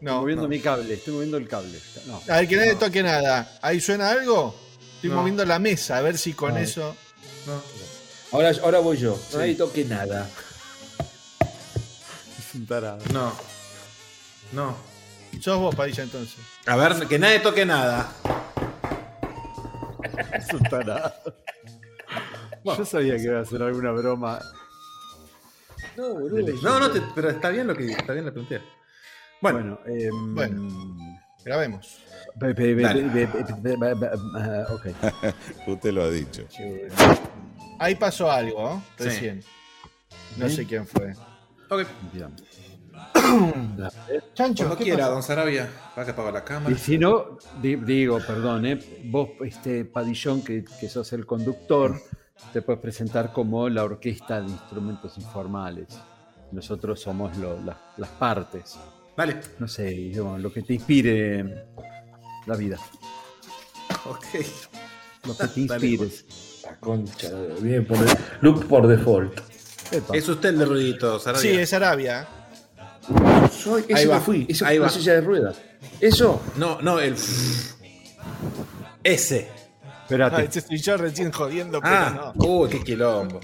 Speaker 1: No,
Speaker 9: Estoy moviendo
Speaker 1: no.
Speaker 9: mi cable, estoy moviendo el cable. No.
Speaker 1: A ver, que nadie
Speaker 9: No.
Speaker 1: toque nada. ¿Ahí suena algo? Estoy
Speaker 9: No.
Speaker 1: moviendo la mesa, a ver si con
Speaker 9: No.
Speaker 1: eso.
Speaker 3: Ahora, ahora voy yo.
Speaker 1: Sí.
Speaker 3: No hay toque nada.
Speaker 2: No. No.
Speaker 1: Sos vos, Padilla, entonces.
Speaker 2: A ver, que nadie toque nada.
Speaker 9: Es un tarado. Yo sabía que iba a hacer alguna broma.
Speaker 3: No, boludo.
Speaker 2: No, no, te- pero está bien lo que está bien la plantea.
Speaker 9: Bueno, em,
Speaker 1: Grabemos.
Speaker 9: pe- pe- pe-
Speaker 11: Dale.
Speaker 9: pe- pe- pe- pe- pe- ah, ok.
Speaker 11: Usted lo ha dicho.
Speaker 1: Ahí pasó algo, ¿no?
Speaker 11: Sí.
Speaker 1: Recién. No
Speaker 11: ¿Eh?
Speaker 1: sé quién fue.
Speaker 2: Ok.
Speaker 1: Chancho,
Speaker 2: Cuando
Speaker 1: ¿qué
Speaker 2: quiera,
Speaker 1: pasó?
Speaker 2: don Sarabia. Va que apaga la cámara.
Speaker 9: Y si no, di- digo, perdón, eh, vos, este Padillón, que, que sos el conductor, te puedes presentar como la orquesta de instrumentos informales. Nosotros somos lo- las- las partes.
Speaker 2: Vale.
Speaker 9: No sé, digo, lo que te inspire la vida.
Speaker 2: Ok.
Speaker 9: Lo que te inspires.
Speaker 3: La concha. de- Bien, por, de- look por default.
Speaker 9: Epa.
Speaker 2: Es usted el de ruidito, Sarabia.
Speaker 1: Sí, es Arabia.
Speaker 3: Soy, eso
Speaker 2: Ahí
Speaker 3: no
Speaker 2: va,
Speaker 3: fui. Eso
Speaker 2: ahí
Speaker 3: fue
Speaker 2: va.
Speaker 3: una silla de ruedas. Eso.
Speaker 2: No, no, el. Ese.
Speaker 1: Ah,
Speaker 9: Espérate.
Speaker 1: ese estoy yo recién jodiendo, pero
Speaker 2: Ah,
Speaker 1: no.
Speaker 2: uy, qué quilombo.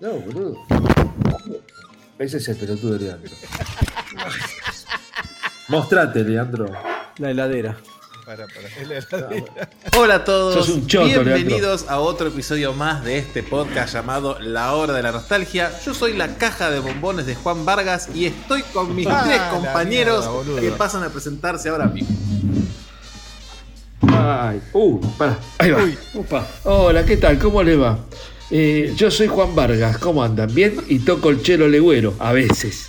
Speaker 3: No, boludo. Ese es el pelotudo de (laughs) Leandro. Mostrate, Leandro.
Speaker 9: La heladera.
Speaker 1: Para, para. Es la heladera.
Speaker 2: Hola a todos,
Speaker 3: Sos un choto,
Speaker 2: bienvenidos a otro episodio más de este podcast llamado La Hora de la Nostalgia. Yo soy la caja de bombones de Juan Vargas y estoy con mis
Speaker 1: Ah,
Speaker 2: tres
Speaker 1: la
Speaker 2: compañeros
Speaker 1: mierda, boludo.
Speaker 2: que pasan a presentarse ahora mismo.
Speaker 3: Ay, uh, para. Ahí va.
Speaker 1: Uy.
Speaker 3: Upa. Hola, ¿qué tal? ¿Cómo le va? Eh, yo soy Juan Vargas, ¿cómo andan? Bien, y toco el chelo legüero, a veces.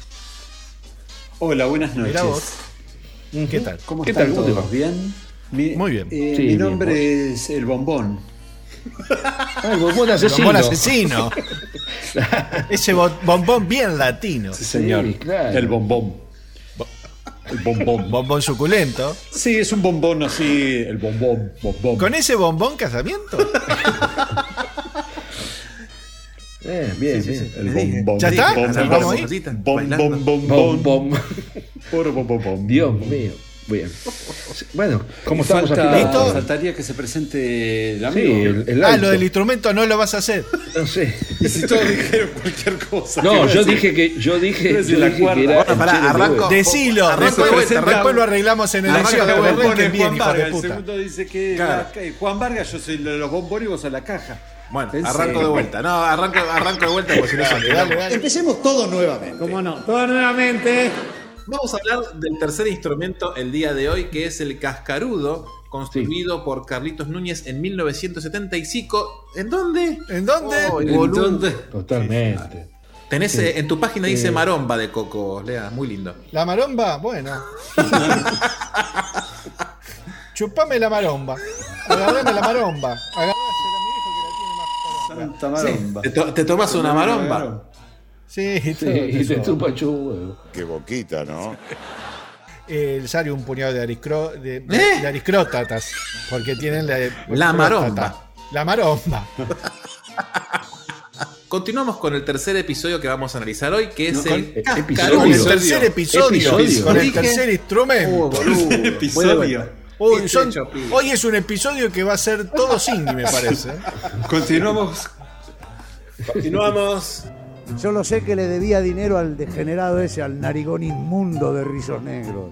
Speaker 19: Hola, buenas noches.
Speaker 1: Mirá vos. ¿Qué tal?
Speaker 19: ¿Cómo
Speaker 3: ¿Qué
Speaker 19: están
Speaker 3: tal? ¿Cómo te
Speaker 19: todos?
Speaker 3: va?
Speaker 19: ¿Bien? Mi-
Speaker 1: Muy bien.
Speaker 19: eh,
Speaker 3: Sí,
Speaker 19: mi
Speaker 3: bien,
Speaker 19: nombre es El Bombón.
Speaker 3: Ah, el bombón asesino.
Speaker 1: Bombón asesino.
Speaker 19: (laughs)
Speaker 1: Ese bo- bombón bien latino.
Speaker 19: Sí, señor.
Speaker 3: Sí, claro.
Speaker 19: El bombón. El bombón.
Speaker 1: Bombón suculento.
Speaker 19: Sí, es un bombón así, el bombón, bombón.
Speaker 1: ¿Con ese bombón casamiento?
Speaker 3: Eh, bien, bien.
Speaker 19: El bombón.
Speaker 1: ¿Ya está?
Speaker 19: bombón,
Speaker 1: ¿Ya vamos ahí?
Speaker 19: Bom, bom, bom,
Speaker 3: Bom,
Speaker 19: bom,
Speaker 3: bom.
Speaker 19: por, bom, bom, bom.
Speaker 3: Dios mío. Bien. Bueno,
Speaker 19: Y
Speaker 3: ¿cómo estamos
Speaker 19: falta-
Speaker 3: afilados?
Speaker 19: faltaría que se presente el
Speaker 3: Sí,
Speaker 19: amigo.
Speaker 3: el, el
Speaker 1: Ah,
Speaker 3: alto.
Speaker 1: lo del instrumento no lo vas a hacer.
Speaker 3: No sé.
Speaker 19: Y si todos dijeron cualquier cosa. ¿qué
Speaker 3: No,
Speaker 19: iba a
Speaker 3: yo
Speaker 19: decir?
Speaker 3: dije que yo
Speaker 19: Iba a
Speaker 3: dije,
Speaker 19: decir
Speaker 3: yo
Speaker 19: la
Speaker 3: dije
Speaker 19: cuarta.
Speaker 3: que era
Speaker 2: Bueno,
Speaker 3: el
Speaker 2: Ah, pará,
Speaker 3: chelo
Speaker 2: arranco.
Speaker 3: legüero.
Speaker 1: Decilo,
Speaker 2: Arranco
Speaker 1: después,
Speaker 2: de vuelta,
Speaker 1: después
Speaker 2: arranco.
Speaker 1: lo arreglamos en el
Speaker 2: Arranco
Speaker 1: acción.
Speaker 2: de
Speaker 1: que
Speaker 2: vuelta,
Speaker 1: arranquen
Speaker 2: pone
Speaker 1: bien,
Speaker 2: Juan
Speaker 1: hijos de
Speaker 19: El
Speaker 1: puta.
Speaker 19: segundo dice que
Speaker 2: Claro.
Speaker 19: la- eh, Juan Vargas, yo soy lo- los bombones y vos a la caja.
Speaker 2: Bueno,
Speaker 19: Pensé.
Speaker 2: arranco de vuelta. No, arranco, arranco de vuelta porque si no se
Speaker 1: Dale, dale, dale.
Speaker 8: Empecemos todo nuevamente.
Speaker 19: ¿Cómo no? Todo nuevamente.
Speaker 2: Vamos a hablar del tercer instrumento el día de hoy, que es el cascarudo, construido por Carlitos Núñez en 1975. ¿En dónde?
Speaker 1: ¿En dónde?
Speaker 2: Oh, el
Speaker 1: boludo.
Speaker 2: dónde?
Speaker 3: Totalmente.
Speaker 2: Tenés,
Speaker 3: Sí.
Speaker 2: eh, en tu página dice
Speaker 3: Eh.
Speaker 2: maromba de coco, Lea, muy lindo.
Speaker 1: ¿La maromba?
Speaker 2: (laughs)
Speaker 1: Bueno. Chupame la maromba. Agarrame la maromba. Agarrásela a mi hijo que la tiene más parada.
Speaker 14: Santa maromba.
Speaker 2: ¿Te, to- te tomas una maromba?
Speaker 1: Sí,
Speaker 20: Sí, y te
Speaker 1: todo eso.
Speaker 20: chupa un huevo.
Speaker 21: Qué boquita, ¿no?
Speaker 1: Eh, sale un puñado de, aristro- de, de ariscrótatas. Porque tienen la.
Speaker 2: ¿Eh? La maromba.
Speaker 1: La maromba.
Speaker 2: Continuamos con el tercer episodio que vamos a analizar hoy, que es
Speaker 1: No,
Speaker 2: el,
Speaker 1: con-
Speaker 2: cascarón.
Speaker 1: Con el tercer episodio. Con el
Speaker 2: Dije-
Speaker 1: tercer instrumento.
Speaker 2: Oh, boludo.
Speaker 1: episodio.
Speaker 2: Bueno,
Speaker 1: Uy, son-
Speaker 2: hecho, pibe.
Speaker 1: hoy es un episodio que va a ser todo indie, me parece.
Speaker 22: Continuamos.
Speaker 2: Continuamos.
Speaker 23: Solo sé que le debía dinero al degenerado ese, al narigón inmundo de rizos negros.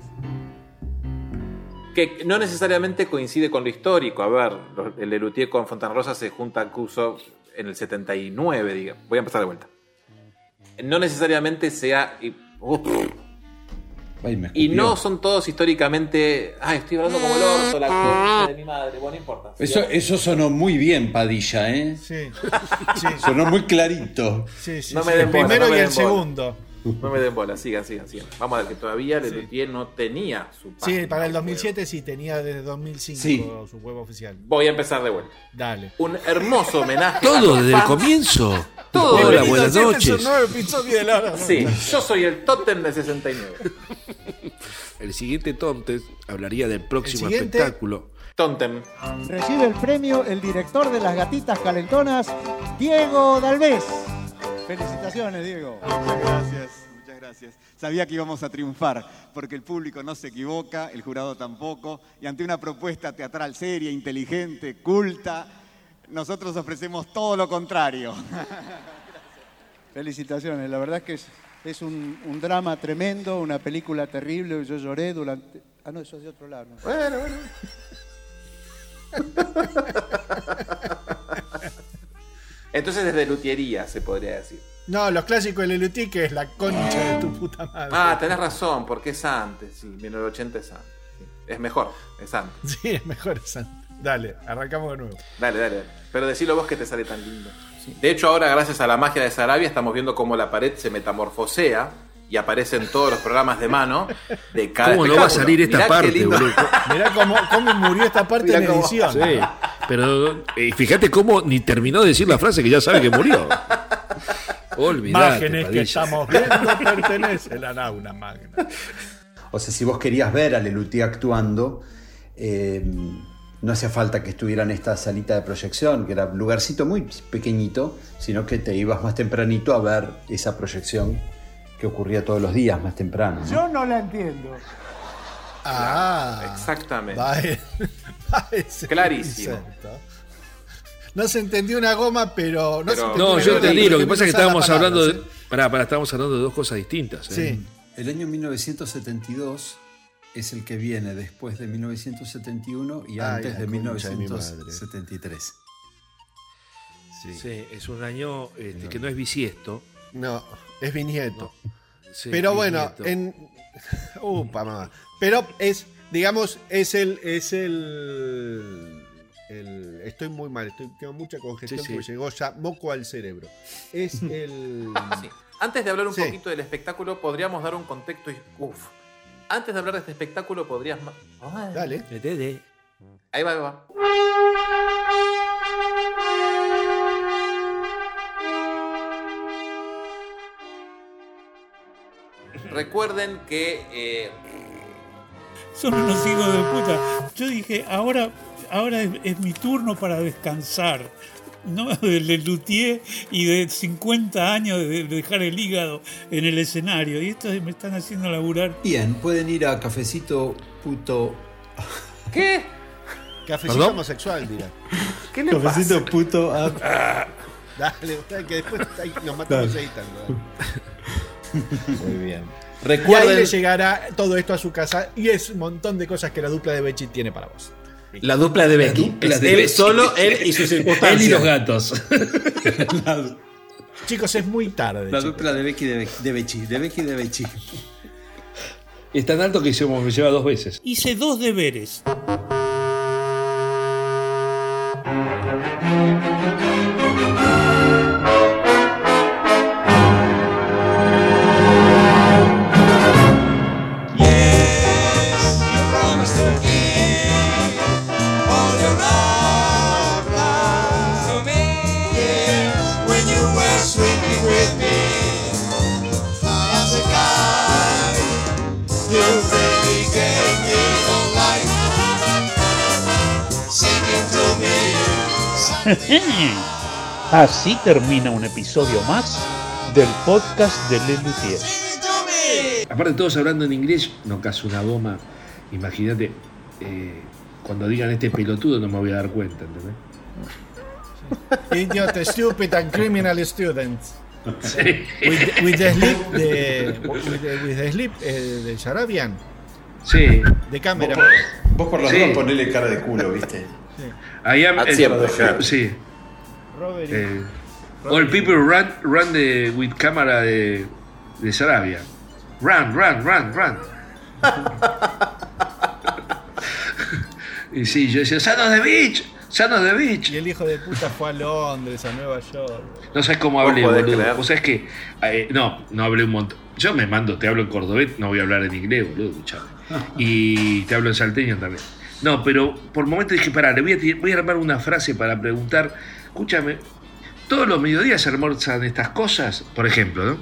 Speaker 2: Que no necesariamente coincide con lo histórico. A ver, lo- el de Luthier con Fontanrosa se junta a Cuso en el 79, diga. Voy a empezar de vuelta. No necesariamente sea. Y, Uf. Y no son todos históricamente. Ay, estoy hablando como el orto, la concha de mi madre. Bueno, no importa.
Speaker 22: Eso, eso sonó muy bien, Padilla, ¿eh?
Speaker 1: Sí.
Speaker 3: Ah,
Speaker 22: Sonó muy clarito.
Speaker 1: Sí, sí,
Speaker 2: No
Speaker 1: sí.
Speaker 2: me den
Speaker 1: El
Speaker 2: bola,
Speaker 1: primero
Speaker 2: no me
Speaker 1: y el
Speaker 2: den bola.
Speaker 1: segundo.
Speaker 2: No me den bola, sigan, sigan, sigan. Vamos a ver que todavía Le Luthier no tenía su
Speaker 1: Sí,
Speaker 2: página.
Speaker 1: para el 2007 sí, tenía desde 2005
Speaker 2: Sí.
Speaker 1: su web oficial.
Speaker 2: Voy a empezar de vuelta.
Speaker 1: Dale.
Speaker 2: Un hermoso homenaje. a
Speaker 17: Todo
Speaker 2: los
Speaker 17: desde el
Speaker 2: fans.
Speaker 17: comienzo.
Speaker 2: Todo.
Speaker 17: Hola,
Speaker 2: Bienvenidos,
Speaker 17: buenas
Speaker 2: este es
Speaker 17: noches.
Speaker 2: un
Speaker 1: nuevo episodio de la hora.
Speaker 2: Sí, yo soy el tótem de 69.
Speaker 3: El siguiente Tontes hablaría del próximo
Speaker 2: El siguiente-
Speaker 3: espectáculo.
Speaker 2: Tóntem.
Speaker 23: Recibe el premio el director de las gatitas calentonas, Diego Dalvez. Felicitaciones, Diego.
Speaker 24: Muchas gracias, muchas gracias. Sabía que íbamos a triunfar, porque el público no se equivoca, el jurado tampoco, y ante una propuesta teatral seria, inteligente, culta, nosotros ofrecemos todo lo contrario.
Speaker 23: Felicitaciones, la verdad es que es, es un, un drama tremendo, una película terrible, yo lloré durante... Ah, no, eso es de otro lado. ¿no?
Speaker 6: Bueno, bueno.
Speaker 2: Entonces desde Lutiería se podría decir.
Speaker 1: No, los clásicos de Lelutí, que es la concha de tu puta madre.
Speaker 2: Ah, tenés razón, porque es antes. Sí, 1980 es antes. sí. Es mejor, es antes.
Speaker 1: Sí, es mejor esa. Dale, arrancamos de nuevo.
Speaker 2: Dale, dale. dale. Pero decilo vos que te sale tan lindo. De hecho, ahora, gracias a la magia de Sarabia, estamos viendo cómo la pared se metamorfosea y aparecen todos los programas de mano de cada
Speaker 3: ¿Cómo no va a
Speaker 2: espectáculo.
Speaker 3: salir esta
Speaker 2: Mirá qué
Speaker 3: parte,
Speaker 2: lindo.
Speaker 3: boludo?
Speaker 1: Mirá cómo, cómo murió esta parte
Speaker 3: Mirá
Speaker 1: en
Speaker 3: cómo-
Speaker 1: edición.
Speaker 3: (laughs) Sí, pero eh, fíjate cómo ni terminó de decir la frase que ya sabe que murió. (laughs) Olvidate,
Speaker 1: Imágenes que
Speaker 3: Padilla.
Speaker 1: estamos viendo pertenecen a Nauna Magna.
Speaker 9: O sea, si vos querías ver a Lelutier actuando, eh, no hacía falta que estuviera en esta salita de proyección, que era un lugarcito muy pequeñito, sino que te ibas más tempranito a ver esa proyección que ocurría todos los días más temprano. ¿no?
Speaker 23: Yo no la entiendo.
Speaker 1: Ah,
Speaker 2: exactamente.
Speaker 1: (laughs) Vale. e-
Speaker 2: Clarísimo.
Speaker 1: No se entendió una goma, pero. No, se entendió
Speaker 3: No,
Speaker 1: una
Speaker 3: yo
Speaker 1: goma,
Speaker 3: entendí. Lo que pasa es que
Speaker 1: pensaba la
Speaker 3: estábamos
Speaker 1: palabra,
Speaker 3: hablando de.
Speaker 1: ¿sí?
Speaker 3: Pará, pará, estábamos hablando de dos cosas distintas. ¿eh?
Speaker 1: Sí.
Speaker 9: El año 1972 es el que viene después de 1971 y
Speaker 14: Ay,
Speaker 9: antes
Speaker 14: la
Speaker 9: de
Speaker 14: concha de mi
Speaker 9: 1973.
Speaker 3: Sí. es un año este, que no es bisiesto.
Speaker 1: No, es bisnieto.
Speaker 3: Sí,
Speaker 1: pero bueno,
Speaker 3: bisnieto.
Speaker 1: en. (laughs) Upa, mamá. Pero es, digamos, es el. Es el. el- estoy muy mal, estoy, tengo mucha congestión
Speaker 2: Sí, sí.
Speaker 1: porque llegó ya moco al cerebro. Es el.
Speaker 2: Sí. Antes de hablar un
Speaker 1: Sí.
Speaker 2: poquito del espectáculo, podríamos dar un contexto. y- Uf. Antes de hablar de este espectáculo, podrías. ma- Ay.
Speaker 1: Dale.
Speaker 2: Ahí va, ahí va. Recuerden que. eh,
Speaker 8: Son unos hijos de puta. Yo dije, ahora, ahora es, es mi turno para descansar. No, (laughs) de Lelutier y de 50 años de dejar el hígado en el escenario. Y estos me están haciendo laburar.
Speaker 9: Bien, pueden ir a Cafecito Puto.
Speaker 2: ¿Qué?
Speaker 1: Cafecito
Speaker 9: ¿Perdón?
Speaker 1: homosexual, dirá.
Speaker 2: ¿Qué
Speaker 9: Cafecito Puto. App.
Speaker 1: (laughs) Dale, usted, que después ahí nos matamos
Speaker 9: Dale.
Speaker 1: editando.
Speaker 9: (laughs)
Speaker 2: Muy bien.
Speaker 1: Recuerden... Y ahí le
Speaker 2: Recuerden
Speaker 1: llegará todo esto a su casa y es un montón de cosas que la dupla de Bechi tiene para vos.
Speaker 2: la dupla de Becky.
Speaker 3: dupla
Speaker 2: Es
Speaker 3: de
Speaker 2: él
Speaker 3: Becky. (laughs)
Speaker 2: solo, él y sus circunstancias.
Speaker 3: Él y los gatos.
Speaker 1: Chicos, es muy tarde.
Speaker 9: La dupla de Becky de, Be- de Bechi, de Becky de Bechi.
Speaker 3: Es tan alto que se me lleva dos veces.
Speaker 8: Hice dos deberes.
Speaker 6: All your love lies to me. Yeah.
Speaker 25: Mm. Así termina un episodio más del podcast de Lelutier.
Speaker 3: Aparte, todos hablando en inglés, no caso una goma. Imagínate, eh, cuando digan este pelotudo no me voy a dar cuenta, ¿entendés?
Speaker 1: Idiot, stupid and criminal students.
Speaker 3: Sí.
Speaker 1: With, with the sleep de with the, with the sleep, eh, de Sharabian.
Speaker 3: Sí.
Speaker 1: De cámara.
Speaker 22: Vos por- Vos por las
Speaker 3: Sí.
Speaker 22: dudas ponele cara de culo, ¿viste?
Speaker 3: I am-
Speaker 22: Así
Speaker 3: eh,
Speaker 22: es, Roger.
Speaker 3: sí.
Speaker 1: Robert.
Speaker 3: Eh, all people run, run the, with cámara de, de Sarabia. Run, run, run, run. y sí, yo decía, son of the bitch, son of the bitch.
Speaker 1: Y el hijo de puta fue a Londres, a Nueva York.
Speaker 3: No sabes cómo
Speaker 1: Vos
Speaker 3: hablé,
Speaker 1: podés
Speaker 3: boludo.
Speaker 1: creer.
Speaker 3: Vos sabés que. eh, no, no hablé un montón. Yo me mando, te hablo en cordobés, no voy a hablar en inglés, boludo, escuchame.
Speaker 1: Ah.
Speaker 3: Y te hablo en salteño también. No, pero por momentos dije, pará, le voy a, tir- voy a armar una frase para preguntar. Escúchame, todos los mediodías se almorzan estas cosas, por ejemplo, ¿no?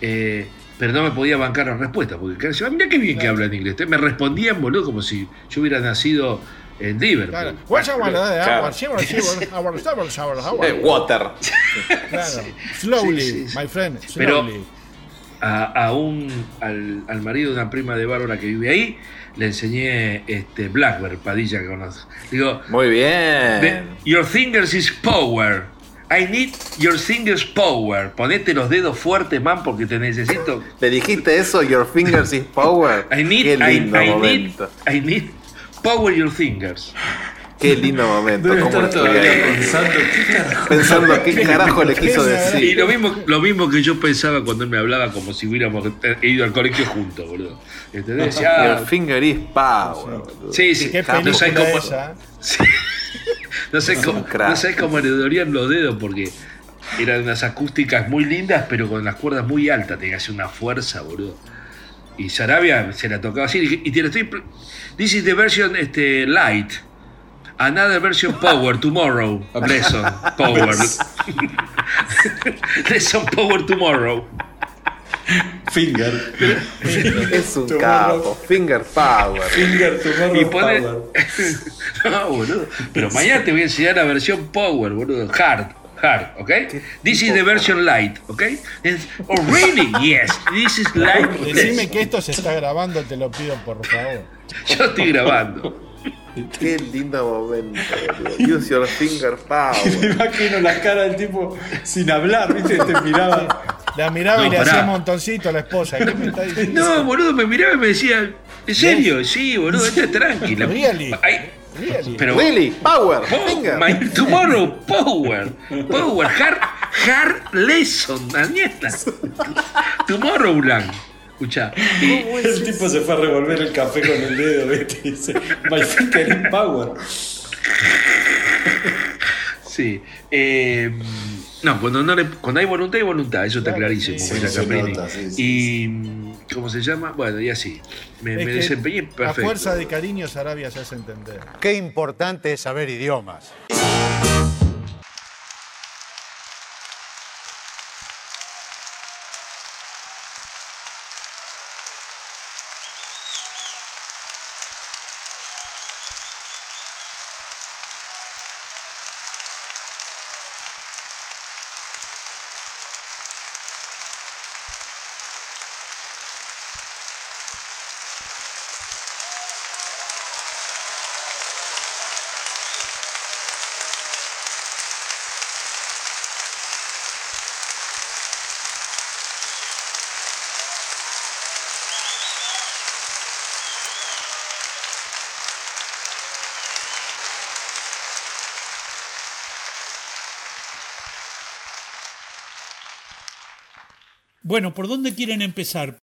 Speaker 3: Eh, pero no me podía bancar la respuesta, porque claro, decía, mira qué bien que habla en inglés. Me respondían, boludo, como si yo hubiera nacido en pues. Liverpool.
Speaker 1: Claro. What's our water?
Speaker 3: Claro.
Speaker 1: Our shower, shower, our shower, shower, shower.
Speaker 3: Eh, water.
Speaker 1: Claro. Slowly, my friend.
Speaker 3: Pero
Speaker 1: Slowly.
Speaker 3: a, a un, al, al marido de una prima de Bárbara que vive ahí, le enseñé este Blackbird, Padilla que conozco. Digo,
Speaker 2: Muy bien.
Speaker 3: "The- your fingers is power. I need your fingers power. Ponete los dedos fuertes, man, porque te necesito.
Speaker 2: Le dijiste eso, your fingers is power.
Speaker 3: I need,
Speaker 2: Qué
Speaker 3: I-
Speaker 2: lindo
Speaker 3: I need-
Speaker 2: momento.
Speaker 3: I need power your fingers.
Speaker 2: Qué lindo momento.
Speaker 3: Debe
Speaker 2: cómo
Speaker 3: estar
Speaker 2: estoy
Speaker 3: todavía
Speaker 2: ahí.
Speaker 3: pensando,
Speaker 2: Pensando qué carajo le quiso decir.
Speaker 3: Y lo mismo, lo mismo que yo pensaba cuando él me hablaba, como si hubiéramos eh, ido al colegio juntos, boludo. ¿Entendés?
Speaker 2: Your
Speaker 3: Ya,
Speaker 2: finger is power.
Speaker 3: Sí, sí.
Speaker 2: Qué
Speaker 3: no sé
Speaker 2: película
Speaker 3: cómo.
Speaker 2: esa.
Speaker 3: Sí. No sé cómo, no sé cómo le dolían los dedos porque eran unas acústicas muy lindas, pero con las cuerdas muy altas. Tenía que hacer una fuerza, boludo. Y Sarabia se la tocaba así. y dije, Y te la estoy. pl- This is the version este, light. Another version power tomorrow. Lesson power. (laughs) Lesson power tomorrow.
Speaker 22: Finger.
Speaker 2: Es un
Speaker 3: Tomorrow.
Speaker 2: capo. Finger power.
Speaker 22: Finger
Speaker 3: Y pone- (laughs) No, boludo. Pero mañana te voy a enseñar la versión Power, boludo. Hard. Hard, ¿ok? This is the version light, ¿ok? It's- oh, really? Yes. This is light.
Speaker 1: (laughs) Decime que esto se está grabando, te lo pido por favor.
Speaker 3: Yo
Speaker 1: (laughs)
Speaker 3: estoy grabando.
Speaker 2: Qué lindo momento. boludo. Use your finger
Speaker 22: Me
Speaker 2: power.
Speaker 22: imagino la cara del tipo sin hablar, ¿viste? Te miraba.
Speaker 1: La miraba y
Speaker 3: No,
Speaker 1: le
Speaker 3: pará.
Speaker 1: hacía montoncito a la esposa. ¿Qué me está diciendo?
Speaker 3: No, boludo, me miraba y me decía, ¿en serio? Sí, boludo, esto es tranquilo.
Speaker 1: (laughs) Really?
Speaker 3: Ay,
Speaker 1: Really?
Speaker 3: pero,
Speaker 2: Really, power,
Speaker 3: Po- my- tomorrow, power. Power, hard, hard lesson, Daniela. Tomorrow, Blanc. Escucha.
Speaker 22: El tipo se fue a revolver el café con el dedo, ¿viste? Y dice, My finger in power.
Speaker 3: Sí. eh, no, cuando, no le- cuando hay voluntad, hay voluntad. Eso está clarísimo.
Speaker 22: sí,
Speaker 3: Mira,
Speaker 22: sí,
Speaker 3: Caprini.
Speaker 22: nota, sí,
Speaker 3: y. ¿Cómo se llama? Bueno, y así. Me, me
Speaker 1: Es que
Speaker 3: desempeñé
Speaker 1: A
Speaker 3: perfecto.
Speaker 1: fuerza de cariño, Sarabia se hace entender.
Speaker 26: Qué importante es saber idiomas.
Speaker 8: Bueno, ¿por dónde quieren empezar?